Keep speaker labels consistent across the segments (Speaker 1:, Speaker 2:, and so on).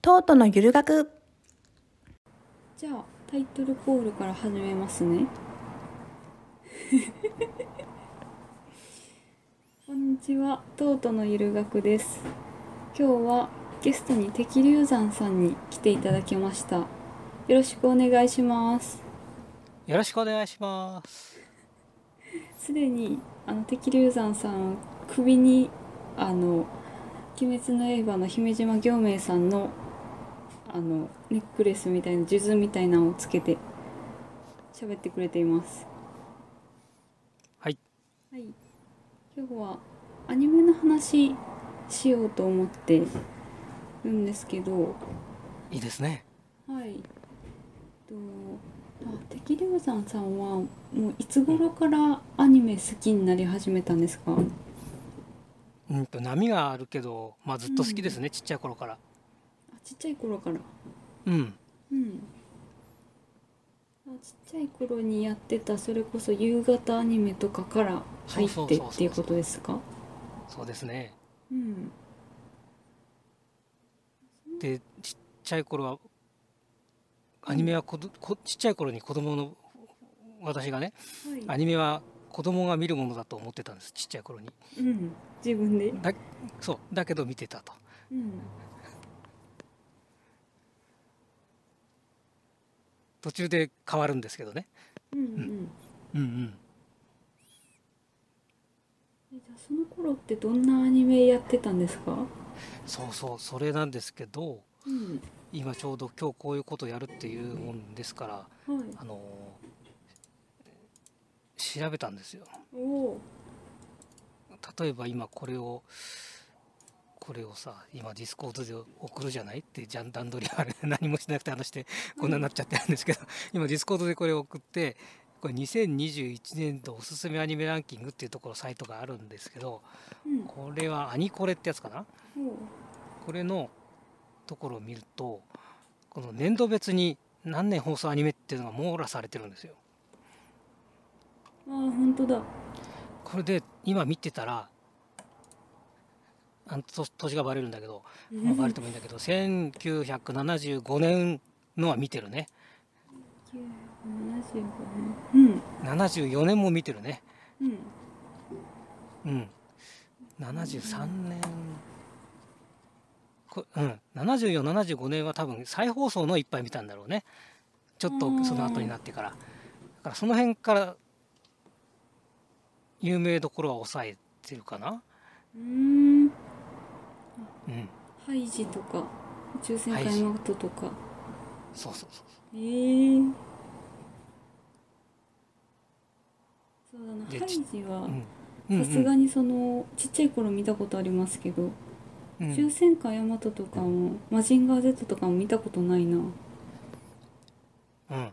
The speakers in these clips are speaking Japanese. Speaker 1: トートのゆる学
Speaker 2: じゃあタイトルコールから始めますね こんにちはトートのゆる学です今日はゲストに敵流山さんに来ていただきましたよろしくお願いします
Speaker 3: よろしくお願いします。
Speaker 2: すでにあの敵流山さんを首にあの「鬼滅の刃」の姫島行明さんのあのネックレスみたいな数珠みたいなのをつけて喋ってくれています
Speaker 3: はい、
Speaker 2: はい今日はアニメの話しようと思ってるんですけど
Speaker 3: いいですね。
Speaker 2: はい。えっと、あ、敵龍山さんは、もういつ頃からアニメ好きになり始めたんですか。あ、
Speaker 3: うんと波があるけど、まあずっと好きですね、ちっちゃい頃から。
Speaker 2: ちっちゃい頃から。
Speaker 3: うん。
Speaker 2: うん。あ、ちっちゃい頃にやってた、それこそ夕方アニメとかから入
Speaker 3: そう
Speaker 2: っ
Speaker 3: そう
Speaker 2: て
Speaker 3: そうそう
Speaker 2: っていうことですか。
Speaker 3: そうですね。
Speaker 2: うん。
Speaker 3: で、ちっちゃい頃はアニメはこどこちっちゃい頃に子供の私がね、
Speaker 2: は
Speaker 3: ア
Speaker 2: い。
Speaker 3: ニメは子供が見るものだと思ってたんです。ちっちゃい頃に。
Speaker 2: うん。自分で。
Speaker 3: だそうだけど見てたと。
Speaker 2: うん。
Speaker 3: 途中で変わるんですけどね。
Speaker 2: うんうん。
Speaker 3: うんうん。
Speaker 2: えじゃあその頃ってどんなアニメやってたんですか。
Speaker 3: そうそうそれなんですけど、
Speaker 2: うん。
Speaker 3: 今ちょうど今日こういうことやるっていうもんですから。
Speaker 2: はい。
Speaker 3: あの調べたんですよ
Speaker 2: おお。
Speaker 3: 例えば今これをこれをさ今ディスコードで送るじゃないってジャン段取りあれ 何もしなくて話してこんなになっちゃってるんですけど、今ディスコードでこれを送ってこれ2021年度おすすめアニメランキングっていうところサイトがあるんですけど
Speaker 2: うん。
Speaker 3: これはアニコレってやつかな
Speaker 2: おう
Speaker 3: これのところを見るとこの年度別に何年放送アニメっていうのが網羅されてるんですよ。
Speaker 2: ああ、本当だ。
Speaker 3: これで今見てたらあのと年がバレるんだけど、まあバレてもいいんだけど1975年のは見てるね
Speaker 2: 75年
Speaker 3: 74年も見てるね
Speaker 2: うんうん
Speaker 3: うん73年こうん7475年は多分再放送のいっぱい見たんだろうねちょっと
Speaker 2: うん
Speaker 3: その後になってからだからその辺から有名どころは抑えてるかな
Speaker 2: うーん
Speaker 3: うん
Speaker 2: ハイジとか宇宙戦艦ヤマトとか
Speaker 3: そうそうそう
Speaker 2: ええー、そうだな
Speaker 3: で
Speaker 2: ハイジは
Speaker 3: うんうんうん
Speaker 2: さすがにそのちっちゃい頃見たことありますけど
Speaker 3: うん
Speaker 2: 宇宙戦艦ヤマトとかもマジンガー Z とかも見たことないな
Speaker 3: うん。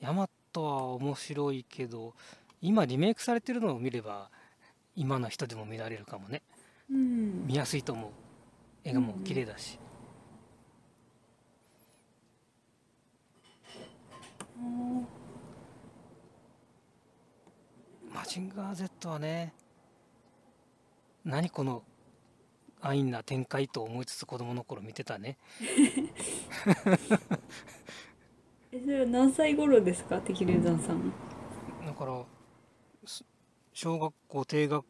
Speaker 3: ヤマトは面白いけど、今リメイクされてるのを見れば、今の人でも見られるかもね。
Speaker 2: うん
Speaker 3: 見やすいと思う。絵がもう綺麗だし。
Speaker 2: あー
Speaker 3: マジンガー Z はね、何この安易な展開と思いつつ子供の頃見てたね。
Speaker 2: えそれは何歳頃ですか敵レーザーさん
Speaker 3: だから、す小学校低学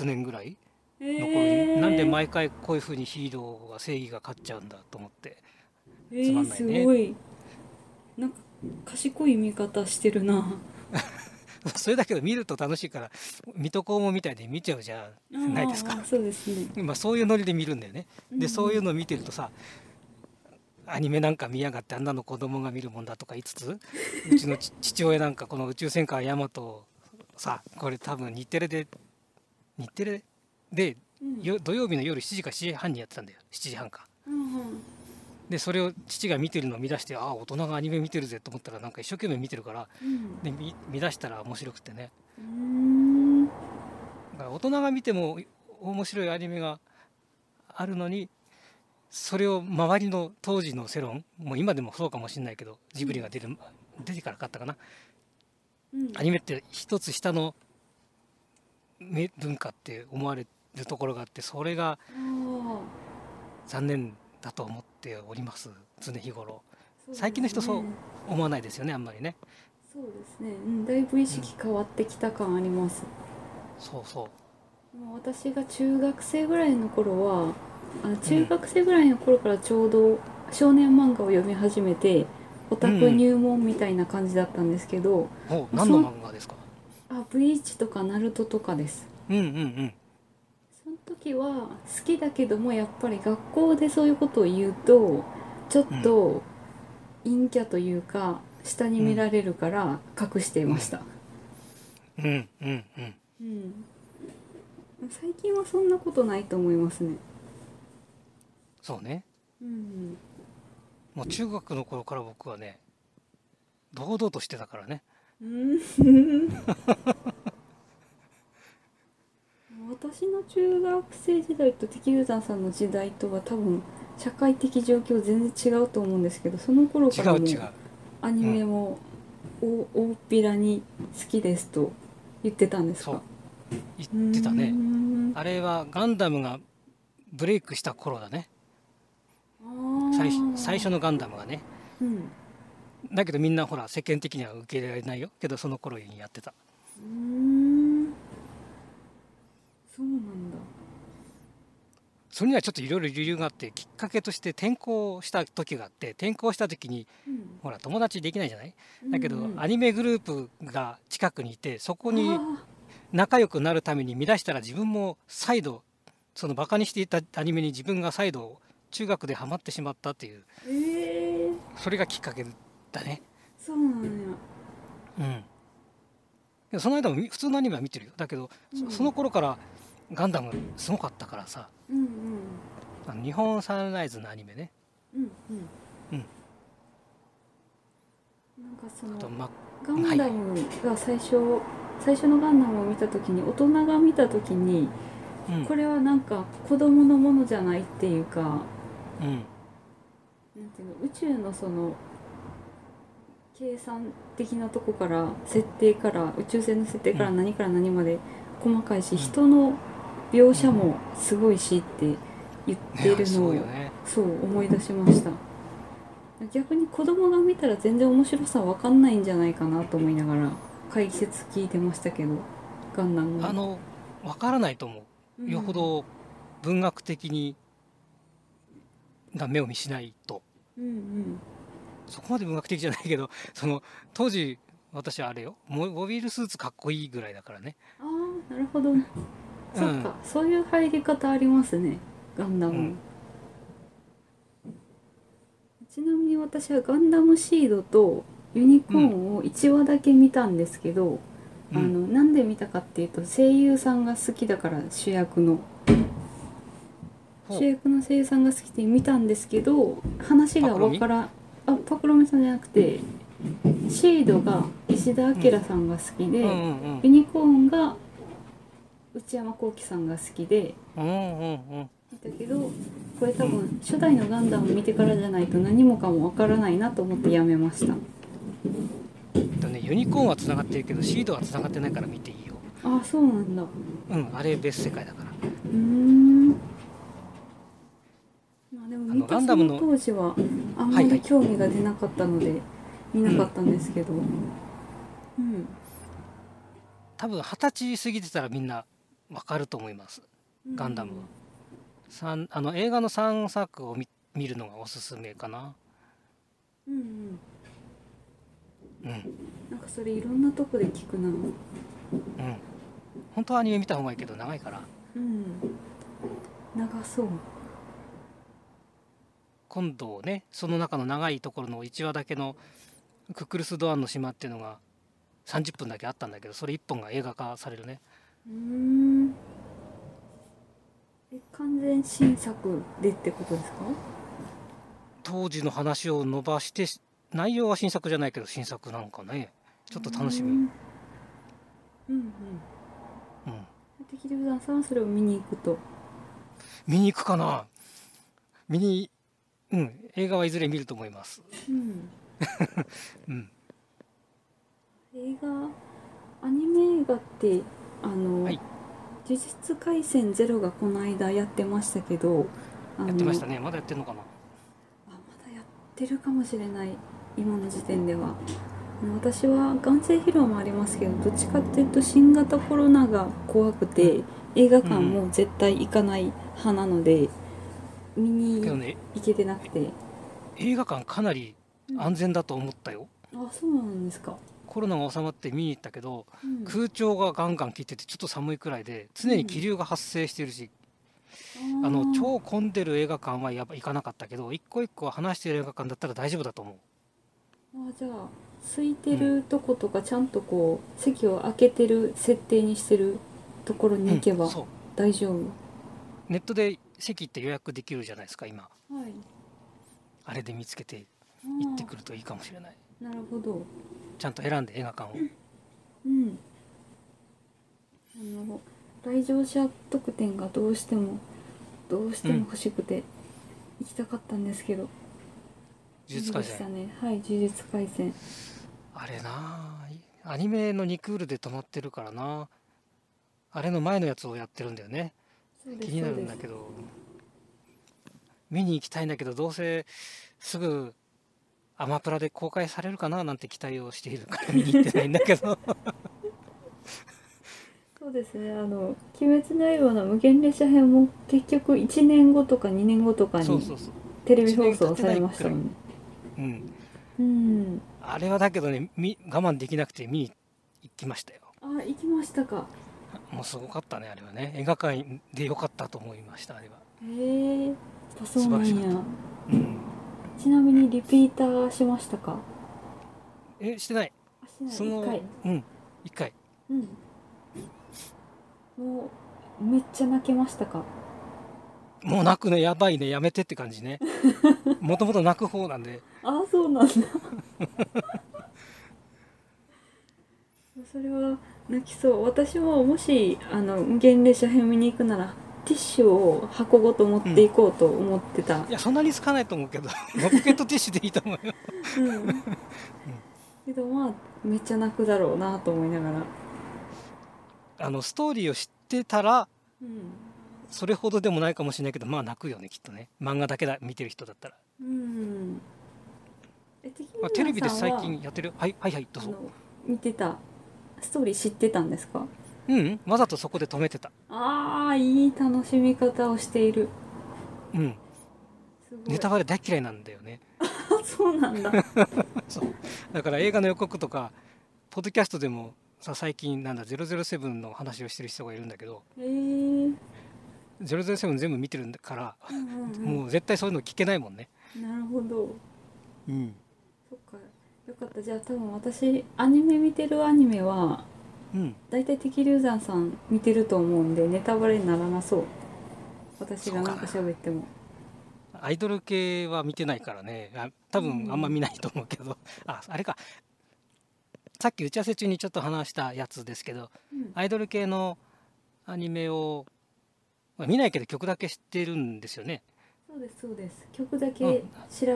Speaker 3: 年ぐらい
Speaker 2: え
Speaker 3: の頃に、
Speaker 2: ー、
Speaker 3: なんで毎回こういう風にヒーローが正義が勝っちゃうんだと思って。
Speaker 2: え
Speaker 3: つま
Speaker 2: ー、
Speaker 3: んない
Speaker 2: す
Speaker 3: ね
Speaker 2: ごいなんか賢い見方してるな
Speaker 3: それだけど見ると楽しいから水戸黄門みたいで見ちゃうじゃないです
Speaker 2: あー
Speaker 3: か
Speaker 2: あーそうですね
Speaker 3: まあそういうノリで見るんだよね、
Speaker 2: うんう
Speaker 3: で
Speaker 2: ん
Speaker 3: そういうの見てるとさアニメなんか見やがってあんなの子供が見るもんだとか言いつつ うちのち父親なんかこの「宇宙戦艦ヤマト」をさこれ多分日テレで日テレで
Speaker 2: うん
Speaker 3: よ土曜日の夜7時か7時半にやってたんだよ7時半か
Speaker 2: うんうん
Speaker 3: でそれを父が見てるのを見出してああ大人がアニメ見てるぜと思ったらなんか一生懸命見てるからで見見出したら面白くてね
Speaker 2: うんうーん
Speaker 3: だから大人が見ても面白いアニメがあるのにそれを周りの当時の世論もう今でもそうかもしれないけどジブリが出る出てからかったかな
Speaker 2: うん
Speaker 3: アニメって一つ下のめ文化って思われるところがあってそれが
Speaker 2: あ
Speaker 3: 残念だと思っております常日頃
Speaker 2: そうですね
Speaker 3: 最近の人そう思わないですよねあんまりね
Speaker 2: そうですね、うん、だいぶ意識変わってきた感あります、
Speaker 3: そうそう
Speaker 2: もう私が中学生ぐらいの頃はあ中学生ぐらいの頃からちょうど少年漫画を読み始めてオタク入門みたいな感じだったんですけど、
Speaker 3: お何の漫画ですか
Speaker 2: あブリーチとかナルトとかです
Speaker 3: うんうんうん
Speaker 2: その時は好きだけどもやっぱり学校でそういうことを言うとちょっと陰キャというか下に見られるから隠していました、
Speaker 3: うんうんうん
Speaker 2: うん、最近はそんなことないと思いますね
Speaker 3: そうね
Speaker 2: うん
Speaker 3: もう中学の頃から僕はね堂々としてたからね
Speaker 2: うん 私の中学生時代と敵流山さんの時代とは多分社会的状況全然違うと思うんですけどその頃
Speaker 3: 違
Speaker 2: から
Speaker 3: う
Speaker 2: も
Speaker 3: 違う
Speaker 2: アニメもお大っぴらに好きですと言ってたんです
Speaker 3: そ
Speaker 2: か
Speaker 3: う言ってた
Speaker 2: うー
Speaker 3: ね
Speaker 2: ん
Speaker 3: あれはガンダムがブレイクした頃だね
Speaker 2: あー
Speaker 3: 最初最初のガンダムがね
Speaker 2: うんう
Speaker 3: だけどみんなほら世間的には受け入れられないよけどその頃にやってた
Speaker 2: ーんそうなんだ
Speaker 3: それにはちょっといろいろ理由があってきっかけとして転校した時があって転校した時に
Speaker 2: うん
Speaker 3: ほら友達できないじゃないだけど、
Speaker 2: うんうん
Speaker 3: アニメグループが近くにいてそこ
Speaker 2: あ
Speaker 3: に
Speaker 2: ー
Speaker 3: 仲良くなるために見出したら自分も再度そのバカにしていたアニメに自分が再度中学でハマってしまったっていう
Speaker 2: ええー、
Speaker 3: それがきっかけだね
Speaker 2: そうなんや
Speaker 3: うんでもその間もみ普通のアニメは見てるよだけど、そ
Speaker 2: うん
Speaker 3: その頃からガンダムすごかったからさ
Speaker 2: うんうん
Speaker 3: あの日本サンライズのアニメね
Speaker 2: うんう
Speaker 3: うんん
Speaker 2: なんかそ
Speaker 3: あ
Speaker 2: の
Speaker 3: とま
Speaker 2: ガンダムが最初、最初のガンダムを見た時に大人が見た時に
Speaker 3: うん
Speaker 2: これはなんか子供のものじゃないっていうか
Speaker 3: うん
Speaker 2: なんていうの宇宙のその計算的なとこから設定から宇宙船の設定から
Speaker 3: うん
Speaker 2: 何から何まで細かいし、
Speaker 3: うん
Speaker 2: 人の描写もすごいしって言って
Speaker 3: いや
Speaker 2: るの
Speaker 3: そ
Speaker 2: を
Speaker 3: うよね
Speaker 2: そう思い出しました逆に子供が見たら全然面白さわかんないんじゃないかなと思いながら解説聞いてましたけどガンダム
Speaker 3: あのわからないと思
Speaker 2: う
Speaker 3: うんよほど文学的にが目を見しないと
Speaker 2: うんうん
Speaker 3: そこまで文学的じゃないけど その当時私はあれよモモビルスーツかっこいいぐらいだからね、
Speaker 2: ああなるほど、そっ
Speaker 3: うん
Speaker 2: かそういう入り方ありますねガンダム、
Speaker 3: うん
Speaker 2: ちなみに私はガンダムシードとユニコーンを1話だけ見たんですけど、
Speaker 3: う
Speaker 2: あ
Speaker 3: ん、
Speaker 2: のなんで見たかっていうと声優さんが好きだから主役の
Speaker 3: ほう
Speaker 2: 主役の声優さんが好きで見たんですけど話がわからあパクロメさんじゃなくてシェイドが石田明さんが好きで、
Speaker 3: うんうん
Speaker 2: ユニコーンが内山聖輝さんが好きで
Speaker 3: うんうんうんうん
Speaker 2: 見たけどこれ多分初代のガンダム見てからじゃないと何もかもわからないなと思ってやめました
Speaker 3: とねユニコーンはつながってるけどシードはつながってないから見ていいよ
Speaker 2: ああそうなんだ
Speaker 3: うんあれ別世界だから
Speaker 2: うーんまあでも
Speaker 3: あ
Speaker 2: 見
Speaker 3: の
Speaker 2: た
Speaker 3: ガン
Speaker 2: そ
Speaker 3: ダム
Speaker 2: の
Speaker 3: の
Speaker 2: 当時はあんま
Speaker 3: はいは
Speaker 2: り
Speaker 3: い
Speaker 2: 興味が出なかったので見なかったんですけど、うん
Speaker 3: 多分二十歳過ぎてたらみんなわかると思います
Speaker 2: うん
Speaker 3: ガンダムは三あの映画の3作を見見るのがおすすめかな
Speaker 2: うんうん
Speaker 3: うん
Speaker 2: なんかそれいろんなとこで聞くな
Speaker 3: うん本当はアニメ見た方がいいけど長いから
Speaker 2: うん長そう
Speaker 3: 今度ねその中の長いところの1話だけの「クックルス・ドアンの島」っていうのが30分だけあったんだけどそれ1本が映画化されるね
Speaker 2: うーんえ完全新作でってことですか
Speaker 3: 当時の話を伸ばしてし内容は新作じゃないけど新作なんかねちょっと楽しみ
Speaker 2: う
Speaker 3: うん
Speaker 2: んうん敵でさんはそれを見に行くと
Speaker 3: 見に行くかな見にうん映画はいずれ見ると思います
Speaker 2: うん
Speaker 3: うん
Speaker 2: 映画アニメ映画ってあの、
Speaker 3: はい
Speaker 2: 呪術廻戦ゼロがこの間やってましたけどあの
Speaker 3: やってましたねまだやってんのかな
Speaker 2: ってるかもしれない今の時点ではあの私は眼性疲労もありますけどどっちかっていうと新型コロナが怖くて映画館も絶対行かない派なので、見に
Speaker 3: けど
Speaker 2: 行
Speaker 3: ね
Speaker 2: けてなくて、
Speaker 3: 映画館かなり安全だと思ったよ
Speaker 2: あそうなんですか、
Speaker 3: コロナが収まって見に行ったけど
Speaker 2: うん
Speaker 3: 空調がガンガン効いててちょっと寒いくらいで常に気流が発生してるし、あ
Speaker 2: あ
Speaker 3: の
Speaker 2: ー
Speaker 3: 超混んでる映画館はやっぱ行かなかったけど一個一個話してる映画館だったら大丈夫だと思う
Speaker 2: あじゃあ空いてるとことかちゃんとこう席を空けてる設定にしてるところに行けば
Speaker 3: うんそう
Speaker 2: 大丈夫、
Speaker 3: ネットで席って予約できるじゃないですか今
Speaker 2: はい
Speaker 3: あれで見つけて
Speaker 2: あ
Speaker 3: 行って
Speaker 2: ー
Speaker 3: くるといいかもしれない
Speaker 2: なるほど
Speaker 3: ちゃんと選んで映画館を
Speaker 2: うんあの来場者特典がどうしてもどうしても欲しくて行きたかったんですけど、
Speaker 3: 呪術
Speaker 2: 無理
Speaker 3: 廻
Speaker 2: でした
Speaker 3: 戦
Speaker 2: ねはい呪術廻戦
Speaker 3: あれなあアニメの2クールで止まってるからなあれの前のやつをやってるんだよね
Speaker 2: そうで
Speaker 3: 気
Speaker 2: す
Speaker 3: にな
Speaker 2: そう
Speaker 3: るん
Speaker 2: で
Speaker 3: だ
Speaker 2: す
Speaker 3: けど見に行きたいんだけどどうせすぐアマプラで公開されるかななんて期待をしている から見に行ってないんだけど
Speaker 2: そうですねあの「鬼滅の刃」の無限列車編も結局1年後とか2年後とかに
Speaker 3: そうそうそう
Speaker 2: テレビ放送されましたもんね。
Speaker 3: うん
Speaker 2: うん。
Speaker 3: あれはだけどねみ我慢できなくて見に行きましたよ
Speaker 2: あ、行きましたか。
Speaker 3: もうすごかったねあれはね映画館でよかったと思いましたあれは、
Speaker 2: へえ。やっぱそうな
Speaker 3: 素
Speaker 2: ん
Speaker 3: 晴らし
Speaker 2: や。
Speaker 3: うん、
Speaker 2: ちなみにリピーターしましたか。
Speaker 3: えしてない
Speaker 2: あ、しない。
Speaker 3: その
Speaker 2: 一回。
Speaker 3: うん1回
Speaker 2: うん。もう。めっちゃ泣けましたか。
Speaker 3: もう泣くねやばいねやめてって 感じねもともと泣く方なんで
Speaker 2: あ、そうなんだ。 それは泣きそう。私ももし、あの無限列車編見に行くなら。ティッシュを箱ごと持っていこうと思ってた
Speaker 3: いやそんなにつかないと思うけどロケットティッシュでいいと思うよ
Speaker 2: うんけどまあめっちゃ泣くだろうなと思いながら、
Speaker 3: あのストーリーを知ってたら
Speaker 2: うん
Speaker 3: それほどでもないかもしれないけどまあ泣くよねきっとね漫画だけだ見てる人だったら、
Speaker 2: うん、え敵
Speaker 3: まあ、テレビで最近やってるはいはいはいどうぞ
Speaker 2: 見てたストーリー知ってたんですか
Speaker 3: うんうんわざとそこで止めてた
Speaker 2: ああいい楽しみ方をしている
Speaker 3: うん
Speaker 2: すごい
Speaker 3: ネタバレ大嫌いなんだよね
Speaker 2: あ そうなんだ
Speaker 3: そうだから映画の予告とかポッドキャストでもさ最近なんだ007の話をしてる人がいるんだけど
Speaker 2: えー
Speaker 3: 007全部見てるんだから
Speaker 2: うんうんうん
Speaker 3: もう絶対そういうの聞けないもんね。
Speaker 2: なるほど
Speaker 3: うん。
Speaker 2: そっかよかったじゃあ多分私アニメ見てるアニメは
Speaker 3: うん。
Speaker 2: 大体敵流山さん見てると思うんでネタバレにならなそう私がなんか喋っても
Speaker 3: アイドル系は見てないからね。あ多分あんま見ないと思うけど。あ、あれか。さっき打ち合わせ中にちょっと話したやつですけど、
Speaker 2: うん
Speaker 3: アイドル系のアニメを、まあ見ないけど曲だけ知ってるんですよね。
Speaker 2: そうですそうです曲だ
Speaker 3: う
Speaker 2: け
Speaker 3: ん
Speaker 2: 調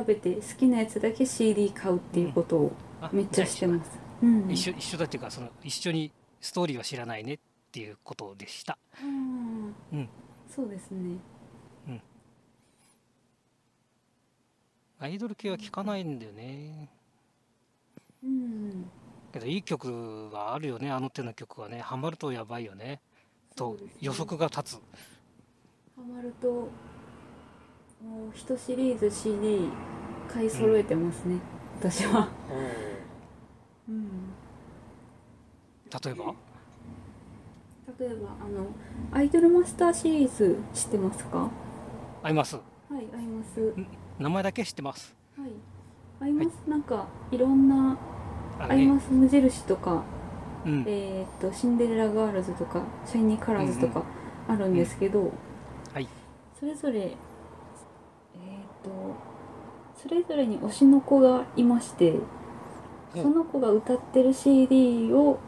Speaker 2: べて好きなやつだけ CD 買うっていうことを
Speaker 3: あ
Speaker 2: めっちゃして
Speaker 3: じ
Speaker 2: ます、うん、
Speaker 3: あ一緒一緒一緒だっていうかその一緒にストーリーは知らないねっていうことでした。
Speaker 2: うん
Speaker 3: うん
Speaker 2: そうですね
Speaker 3: アイドル系は聞かないんだよね。
Speaker 2: うん
Speaker 3: けどいい曲はあるよねあの手の曲はねハマるとやばいよね
Speaker 2: そう
Speaker 3: と
Speaker 2: ですね
Speaker 3: 予測が立つ
Speaker 2: ハマるともう一シリーズ CD 買い揃えてますね、私はうん
Speaker 3: 例えば
Speaker 2: 例えばあのアイドルマスターシリーズ知ってますかは
Speaker 3: 合います
Speaker 2: いあります
Speaker 3: 名前だけ知ってます
Speaker 2: はい。アイマス、なんかいろんな
Speaker 3: あ
Speaker 2: アイ
Speaker 3: ね
Speaker 2: マス無印とか、
Speaker 3: うん
Speaker 2: えーっとシンデレラガールズとかシャイニーカラーズとかあるんですけど、
Speaker 3: はい
Speaker 2: それぞれえーっとそれぞれに推しの子がいまして、
Speaker 3: うん
Speaker 2: その子が歌ってる CD を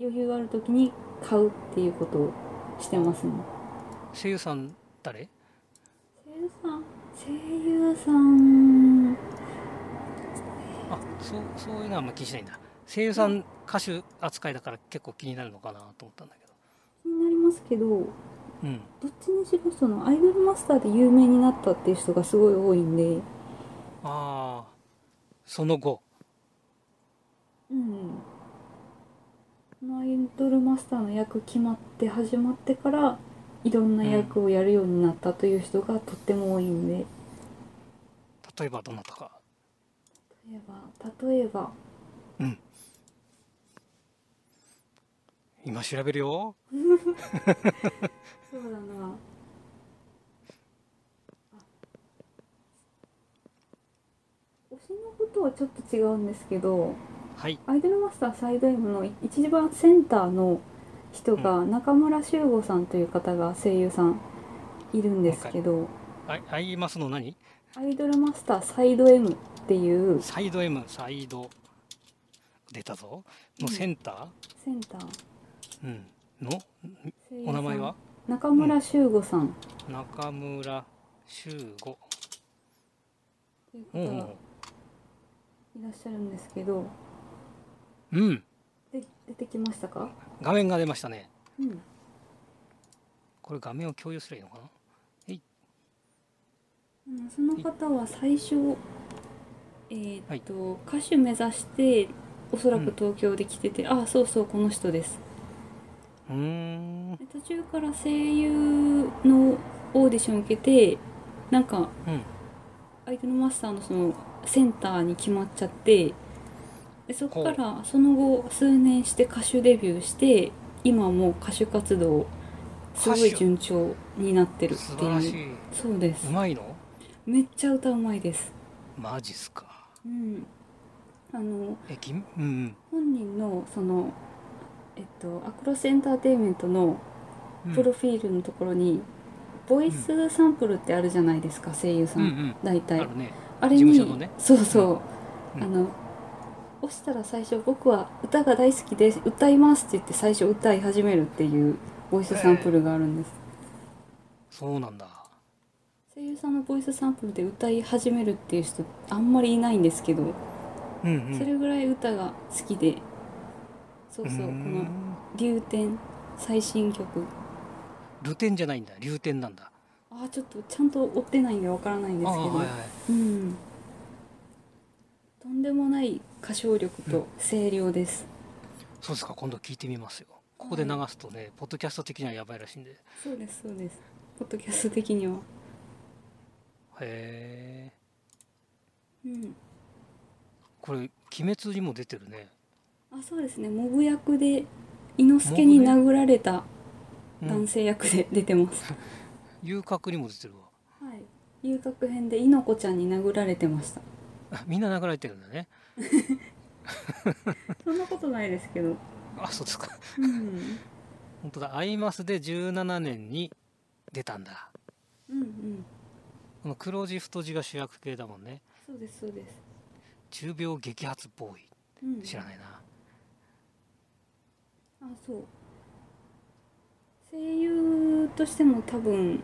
Speaker 2: 余裕がある時に買うっていうことをしてますね。
Speaker 3: 声優さん誰
Speaker 2: 声優さん声優さん
Speaker 3: あそうそういうのはあんま気にしないんだ声優さん歌手扱いだから結構気になるのかなと思ったんだけど
Speaker 2: 気になりますけど。
Speaker 3: うん
Speaker 2: どっちにしろそのアイドルマスターで有名になったっていう人がすごい多いんで
Speaker 3: ああその後
Speaker 2: うん。まあ、アイドルマスターの役決まって始まってから、いろんな役をやるようになったという人がとっても多いんで、
Speaker 3: 例えばどなたか
Speaker 2: 例えば、例えば、
Speaker 3: うん今調べるよ
Speaker 2: そうだな。あ推しのことはちょっと違うんですけど、
Speaker 3: はい
Speaker 2: アイドルマスターサイド M の一番センターの人が中村修吾さんという方が声優さんいるんですけど、
Speaker 3: あアイマスの何
Speaker 2: アイドルマスターサイド M っていうセ
Speaker 3: サイド M サイド出たぞのセンタ
Speaker 2: ンター
Speaker 3: ー、うん、の
Speaker 2: 声優さん
Speaker 3: お名前は
Speaker 2: 中村修吾さん
Speaker 3: 中村修吾
Speaker 2: という
Speaker 3: う
Speaker 2: 方が
Speaker 3: ん
Speaker 2: いらっしゃるんですけど、
Speaker 3: うん
Speaker 2: で出てきましたか？
Speaker 3: 画面が出ましたね
Speaker 2: うん。
Speaker 3: これ画面を共有すればいいのかな
Speaker 2: うんその方は最初、えー
Speaker 3: はい
Speaker 2: っと、歌手目指しておそらく東京で来てて、あ、そうそうこの人です。
Speaker 3: うーんうん
Speaker 2: で途中から声優のオーディション受けて、なんかアイドルマスターのそのセンターに決まっちゃって、でそこからその後数年して歌手デビューして、今もう歌手活動すご
Speaker 3: 歌
Speaker 2: い
Speaker 3: 手
Speaker 2: 順調になってるっ
Speaker 3: 素
Speaker 2: て
Speaker 3: 晴らし
Speaker 2: いう。
Speaker 3: いう
Speaker 2: そうです
Speaker 3: う。まいの
Speaker 2: めっちゃ歌うまいです。
Speaker 3: マジっすか
Speaker 2: うん。あの
Speaker 3: えきんうん
Speaker 2: 本人のそのえっとアクロスエンターテインメントの
Speaker 3: うん
Speaker 2: プロフィールのところに、ボイスサンプルってあるじゃないですか、声優さ
Speaker 3: うん
Speaker 2: ん、
Speaker 3: うん
Speaker 2: 大体
Speaker 3: あ
Speaker 2: あ
Speaker 3: るね
Speaker 2: れ
Speaker 3: 事
Speaker 2: に、
Speaker 3: 務所のね
Speaker 2: そうそう、
Speaker 3: うん
Speaker 2: あの押したら最初「僕は歌が大好きです歌います」って言って最初歌い始めるっていうボイスサンプルがあるんです、
Speaker 3: そうなんだ
Speaker 2: 声優さんのボイスサンプルで歌い始めるっていう人あんまりいないんですけど、
Speaker 3: うんう
Speaker 2: そ
Speaker 3: ん
Speaker 2: れぐらい歌が好きでそうそう、
Speaker 3: うー
Speaker 2: この
Speaker 3: ん
Speaker 2: 「流天」最新曲
Speaker 3: 流天じゃないんだ流天なんだ
Speaker 2: あーちょっとちゃんと追ってないんでわからないんですけど、
Speaker 3: あーはいは
Speaker 2: う
Speaker 3: い
Speaker 2: んとんでもない歌唱力と声量です、
Speaker 3: そうですか今度聞いてみますよここで流すとね、ポッドキャスト的にはやばいらしいんでへ
Speaker 2: そうですそうですポッドキャスト的には
Speaker 3: え
Speaker 2: うん
Speaker 3: これ「鬼滅」にも出てるね
Speaker 2: あそうですねモブ役で伊之助に殴られた
Speaker 3: うん
Speaker 2: 男性役で出てます、
Speaker 3: 遊郭にも出てるわ
Speaker 2: はい遊郭編で猪子ちゃんに殴られてました
Speaker 3: あみんな殴られてるんだね
Speaker 2: そんなことないですけど
Speaker 3: あそうですか
Speaker 2: うん
Speaker 3: 本当だ「アイマス」で17年に出たんだ
Speaker 2: うんうん
Speaker 3: この黒字太字が主役系だもんね
Speaker 2: そうですそうです、
Speaker 3: 中病激発ボーイ
Speaker 2: うん、
Speaker 3: 知らないな
Speaker 2: あそう声優としても多分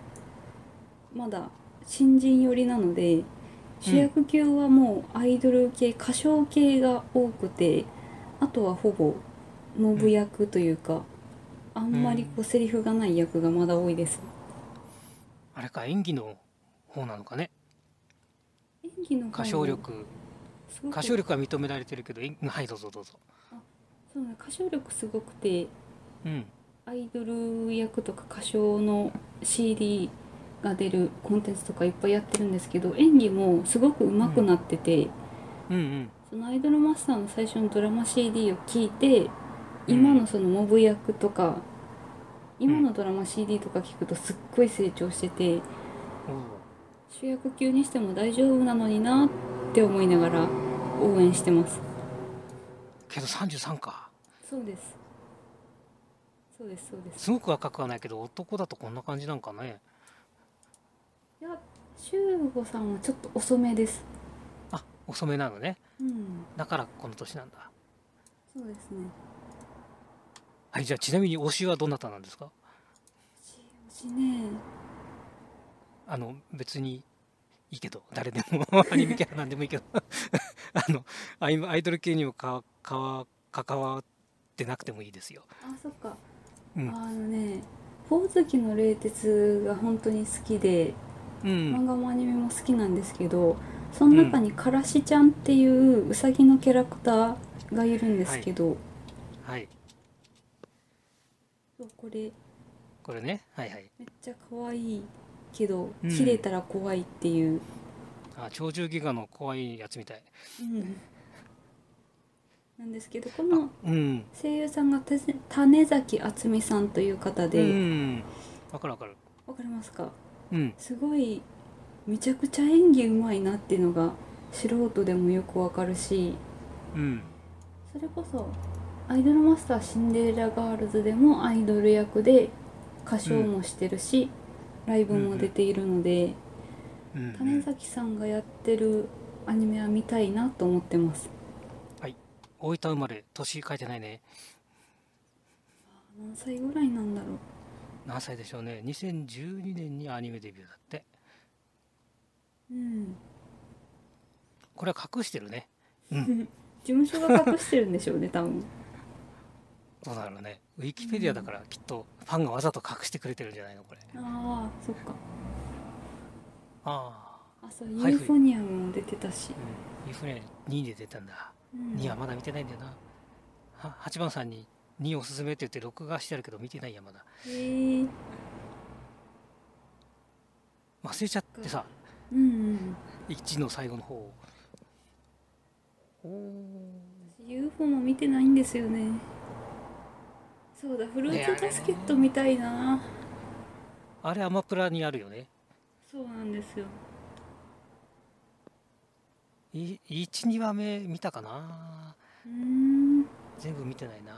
Speaker 2: まだ新人寄りなので主役級はもうアイドル系、歌唱系が多くてあとはほぼモブ役というか、あんまりこうセリフがない役がまだ多いです、
Speaker 3: あれか演技の方なのかね
Speaker 2: 演技の方も
Speaker 3: 歌唱力
Speaker 2: すごく
Speaker 3: 歌唱力は認められてるけど演はいどうぞどうぞ
Speaker 2: そうね歌唱力すごくて
Speaker 3: うん
Speaker 2: アイドル役とか歌唱の CD が出るコンテンツとかいっぱいやってるんですけど演技もすごく上手くなってて、
Speaker 3: うんうん
Speaker 2: そのアイドルマスターの最初のドラマ CD を聞いて今のそのモブ役とか、今のドラマ CD とか聞くとすっごい成長してて
Speaker 3: おう
Speaker 2: 主役級にしても大丈夫なのになって思いながら応援してます
Speaker 3: けど33か
Speaker 2: そうですそうですそうです
Speaker 3: すごく若くはないけど男だとこんな感じなんかね
Speaker 2: いや修吾さんはちょっと遅めです
Speaker 3: あ遅めなのね
Speaker 2: うん
Speaker 3: だからこの年なんだ
Speaker 2: そうですね
Speaker 3: はいじゃあちなみに推しはどなたなんですか
Speaker 2: 私ね
Speaker 3: あの別にいいけど誰でも アニメキャラなんでもいいけど あのアイアイドル系にもかかわ関わってなくてもいいですよ
Speaker 2: あそっか、
Speaker 3: うん
Speaker 2: あのねほおずきの冷徹が本当に好きで
Speaker 3: うん
Speaker 2: 漫画もアニメも好きなんですけど、その中にからしちゃんっていううさぎのキャラクターがいるんですけど、
Speaker 3: はい
Speaker 2: そうこれ
Speaker 3: これねはいはい
Speaker 2: めっちゃ可愛いけど
Speaker 3: うん
Speaker 2: 切れたら怖いっていう、
Speaker 3: あ鳥獣ギガの怖いやつみたい
Speaker 2: うんなんですけどこの
Speaker 3: うん
Speaker 2: 声優さんがたせ種崎敦美さんという方
Speaker 3: う
Speaker 2: で、
Speaker 3: んわかるわかる
Speaker 2: わかりますか
Speaker 3: うん
Speaker 2: すごいめちゃくちゃ演技うまいなっていうのが素人でもよくわかるし
Speaker 3: うん
Speaker 2: それこそアイドルマスターシンデレラガールズでもアイドル役で歌唱もしてるし、ライブも出ているので、
Speaker 3: うん
Speaker 2: 種崎さんがやってるアニメは見たいなと思ってます
Speaker 3: 大分生まれ年書いてないね
Speaker 2: 何歳ぐらいなんだろう
Speaker 3: 何歳でしょうね2012年にアニメデビューだって
Speaker 2: うん
Speaker 3: これは隠してるね
Speaker 2: 事務所が隠してるんでし ょうね多分
Speaker 3: どうだろうねウィキペディアだからきっとファンがわざと隠してくれてるんじゃないのこれ
Speaker 2: ああそっか
Speaker 3: あ
Speaker 2: あそうユ
Speaker 3: ハイフイ
Speaker 2: ーフォニアムも出てたし
Speaker 3: あ、うん、いうふうに2位で出たんだ
Speaker 2: うん
Speaker 3: 2はまだ見てないんだよなは8番さんに2おすすめって言って録画してあるけど見てないやまだ
Speaker 2: へえ
Speaker 3: 忘れちゃってさ
Speaker 2: うんうん
Speaker 3: 1の最後の方をお
Speaker 2: 私 UFO も見てないんですよねそうだフルーツバスケットみたいな
Speaker 3: あれアマプラにあるよね
Speaker 2: そうなんですよ
Speaker 3: 12話目見たかな
Speaker 2: うーん
Speaker 3: 全部見てないな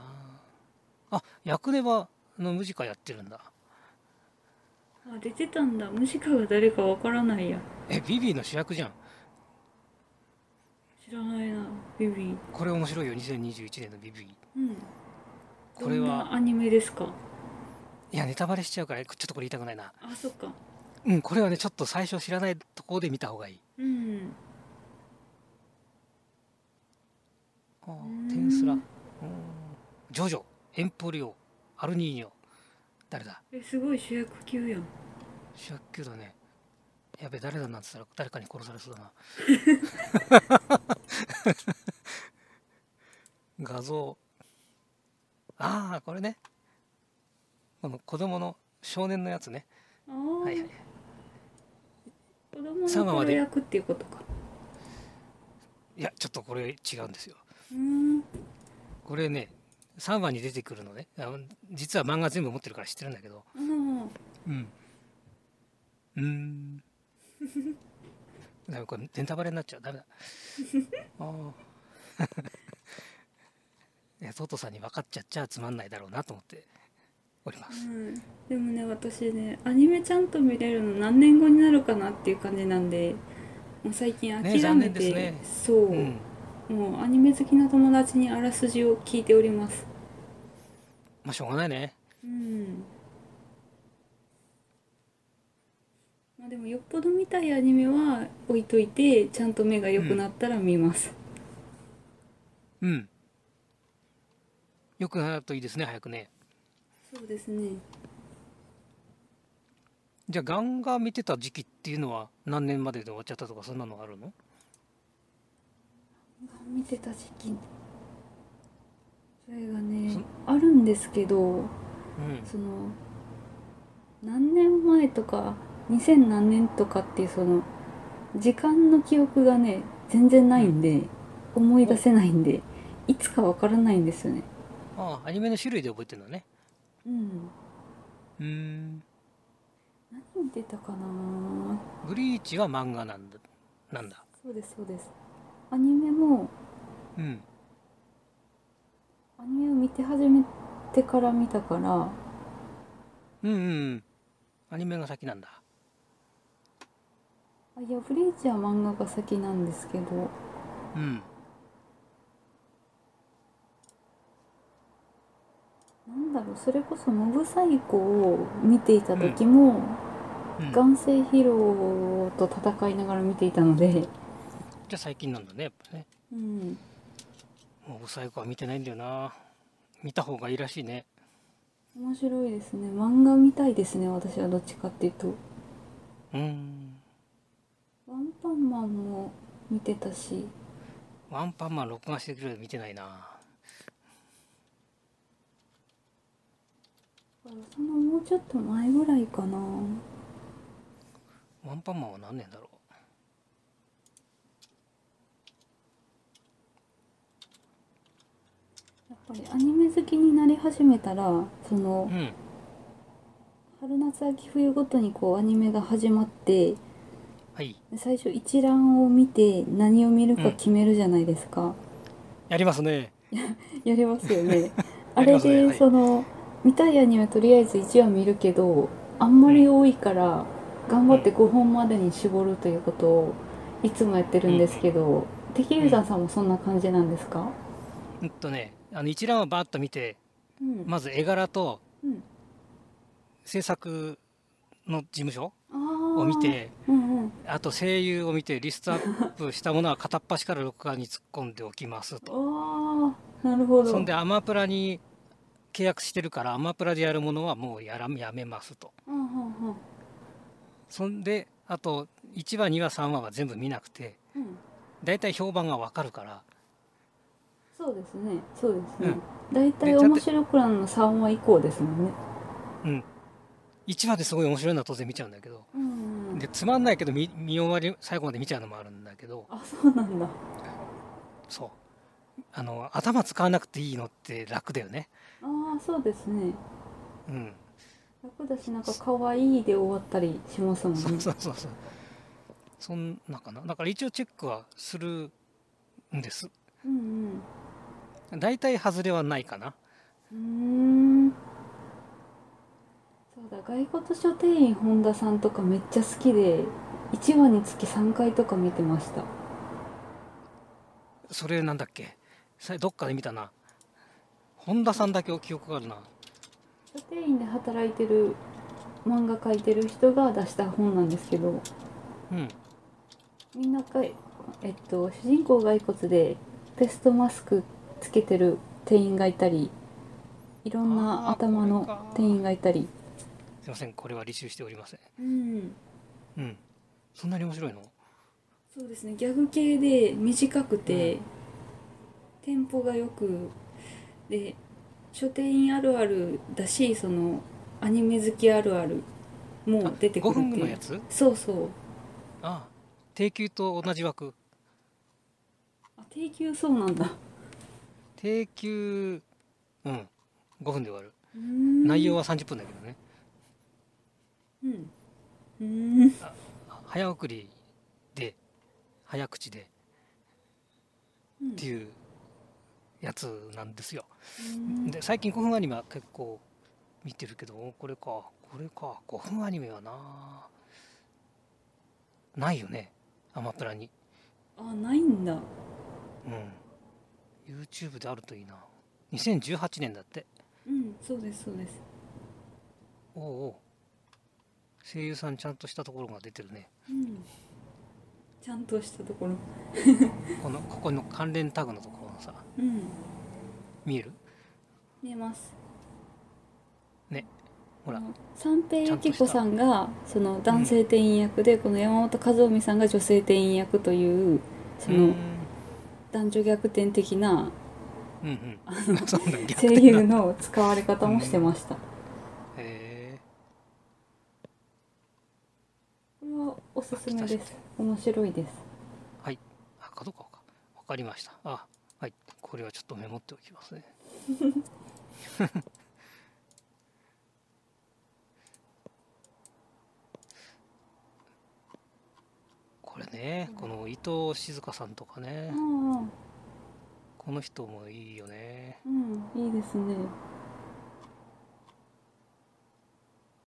Speaker 3: あ役ネバのムジカやってるんだ
Speaker 2: あ出てたんだムジカが誰かわからないや
Speaker 3: えビビーの主役じゃん
Speaker 2: 知らないなビビー
Speaker 3: これ面白いよ2021年のビビー
Speaker 2: うん
Speaker 3: これは
Speaker 2: どんなアニメですか
Speaker 3: いやネタバレしちゃうからちょっとこれ言いたくないな
Speaker 2: あそっか
Speaker 3: うんこれはねちょっと最初知らないところで見た方がいい
Speaker 2: うん
Speaker 3: ああ
Speaker 2: ん
Speaker 3: テンスラうんジョジョエンポリオアルニーニョ誰だ
Speaker 2: えすごい主役級やん
Speaker 3: 主役級だねやべ誰だなんて言ったら誰かに殺されそうだな 画像ああこれねこの子供の少年のやつね
Speaker 2: ああ、
Speaker 3: はいはい
Speaker 2: 子供の
Speaker 3: 三話ま
Speaker 2: 頃
Speaker 3: で
Speaker 2: 役っていうことか
Speaker 3: いやちょっとこれ違うんですよ
Speaker 2: うーん
Speaker 3: これね3話に出てくるのねあの実は漫画全部持ってるから知ってるんだけど
Speaker 2: あの
Speaker 3: うん。うーん。 ダメこれネタバレになっちゃう。ダメ だ。ああ いや、トトさんに分かっちゃっちゃつまんないだろうなと思っております。
Speaker 2: うんでもね私ねアニメちゃんと見れるの何年後になるかなっていう感じなんでもう最近
Speaker 3: ね
Speaker 2: 諦
Speaker 3: 残
Speaker 2: め
Speaker 3: 念で
Speaker 2: て、
Speaker 3: すね
Speaker 2: そう、
Speaker 3: うん。
Speaker 2: もうアニメ好きな友達にあらすじを聞いております
Speaker 3: まあ、しょうがないね。
Speaker 2: うんまあでもよっぽど見たいアニメは置いといてちゃんと目が良くなったら見ます、
Speaker 3: うん。よくなるといいですね、早くね。
Speaker 2: そうですね
Speaker 3: じゃあ、ガンガン見てた時期っていうのは何年までで終わっちゃったとか、そんなのあるの
Speaker 2: 見てた時期それが
Speaker 3: そ
Speaker 2: ねあるんですけど
Speaker 3: うん。
Speaker 2: その何年前とか2000何年とかっていうその時間の記憶がね全然ないんで、思い出せないんでいつかわからないんですよね
Speaker 3: ああ、アニメの種類で覚えてるのね。
Speaker 2: うん
Speaker 3: うーん。
Speaker 2: 何見てたかな
Speaker 3: ブリーチは漫画なんだ。なんだ。
Speaker 2: そうですそうですアニメも
Speaker 3: うん。
Speaker 2: アニメを見て始めてから見たから
Speaker 3: うんうんうんアニメが先なんだ
Speaker 2: あいやブリーチは漫画が先なんですけど
Speaker 3: うん
Speaker 2: なんだろうそれこそモブサイコを見ていた時も、
Speaker 3: うんじゃ
Speaker 2: 眼性疲労と戦いながら見ていたので、
Speaker 3: あ最近なんだねやっぱね
Speaker 2: うん、
Speaker 3: もうブサイコは見てないんだよな見た方がいいらしいね
Speaker 2: 面白いですね漫画みたいですね私はどっちかっていうと
Speaker 3: うーん
Speaker 2: 漫アンパンマンも見てたし
Speaker 3: ワンパンマン録画してくれる見てないな。
Speaker 2: そのもうちょっと前ぐらいかな
Speaker 3: ワンパンマンは何年だろう
Speaker 2: やっぱりアニメ好きになり始めたらその
Speaker 3: うん。
Speaker 2: 春夏秋冬ごとにこうアニメが始まって
Speaker 3: はい。
Speaker 2: 最初一覧を見て何を見るか決めるじゃないですか、
Speaker 3: やりますね。
Speaker 2: やりますよね あ
Speaker 3: やり
Speaker 2: れ
Speaker 3: ますね
Speaker 2: で
Speaker 3: はい
Speaker 2: その、見たいアニメとりあえず1話見るけどあんまり多いから頑張って5本までに絞るということをいつもやってるんですけど、テキルザーさんもそんな感じなんですか、
Speaker 3: うんとね、あの一覧をバーッと見て、
Speaker 2: うん
Speaker 3: まず絵柄と
Speaker 2: うん
Speaker 3: 制作の事務所
Speaker 2: あー
Speaker 3: を見て、
Speaker 2: うんうん、
Speaker 3: あと声優を見てリストアップしたものは片っ端から録画に突っ込んでおきますと。
Speaker 2: ああなるほど
Speaker 3: そんでアマプラに契約してるからアマプラでやるものはもうやらやめますと。
Speaker 2: うんうんうん
Speaker 3: そんであと1話2話3話は全部見なくて
Speaker 2: うん
Speaker 3: だいたい評判がわかるから
Speaker 2: そうですねそうです
Speaker 3: う
Speaker 2: ね
Speaker 3: ん、
Speaker 2: だいたい
Speaker 3: でちゃんと
Speaker 2: 面白くなるの3話以降ですもんね
Speaker 3: 1話ですごい面白いのは当然見ちゃうんだけど
Speaker 2: うんうん
Speaker 3: でつまんないけど見見終わり最後まで見ちゃうのもあるんだけど
Speaker 2: あそうなんだ
Speaker 3: そうあの頭使わなくていいのって楽だよね
Speaker 2: ああそうですね
Speaker 3: うん
Speaker 2: 楽だしなんか可愛いで終わったりしますもんね
Speaker 3: そうそうそうそうそんなかなだから一応チェックはするんです
Speaker 2: うん
Speaker 3: 大体外れはないかな
Speaker 2: うんうーんそうだ外国書店員本田さんとかめっちゃ好きで1話につき3回とか見てました
Speaker 3: それなんだっけさどっかで見たな本田さんだけ記憶があるな
Speaker 2: 書店員で働いてる漫画描いてる人が出した本なんですけど
Speaker 3: うん
Speaker 2: みんなかいえっと主人公骸骨でペストマスクつけてる店員がいたりいろんな
Speaker 3: あー
Speaker 2: 頭
Speaker 3: これか
Speaker 2: の店員がいたり
Speaker 3: すいませんこれは履修しておりません
Speaker 2: うん
Speaker 3: うんそんなに面白いの
Speaker 2: そうですねギャグ系で短くて、テンポがよくで書店員あるあるだしそのアニメ好きあるあるも出てくるっ
Speaker 3: 5
Speaker 2: て
Speaker 3: 分の
Speaker 2: い
Speaker 3: や
Speaker 2: う
Speaker 3: つ
Speaker 2: そうそう
Speaker 3: ああ定休と同じ枠
Speaker 2: あ定休そうなんだ
Speaker 3: 定休うん5分で終わる内
Speaker 2: 内
Speaker 3: 容は30分だけどね
Speaker 2: うんうーん
Speaker 3: あ早送りで早口でっていうやつなんですよ
Speaker 2: うん
Speaker 3: で最近5分アニメは結構見てるけどおこれかこれか5分アニメはなないよねアマプラに
Speaker 2: あないんだ
Speaker 3: うん YouTube であるといいな2018年だって
Speaker 2: うんそうですそうです
Speaker 3: おうおう声優さんちゃんとしたところが出てるね
Speaker 2: うんちゃんとしたところ
Speaker 3: このここの関連タグのところのさ
Speaker 2: うん
Speaker 3: 見える
Speaker 2: 見えます
Speaker 3: ほら
Speaker 2: あの三平由紀子さんがその男性店員役で、この山本和臣さんが女性店員役というそう
Speaker 3: ー
Speaker 2: の
Speaker 3: ん
Speaker 2: 男女逆転的な
Speaker 3: うんうん そうだ逆
Speaker 2: 声
Speaker 3: 転だ
Speaker 2: 優の使われ方もしてました、
Speaker 3: へえ
Speaker 2: これはおすすめです面白いです
Speaker 3: はいあ角川かわかりましたあはいこれはちょっとメモっておきますね これねこの伊藤静香さんとかね
Speaker 2: ああ
Speaker 3: この人もいいよね
Speaker 2: うんいいですね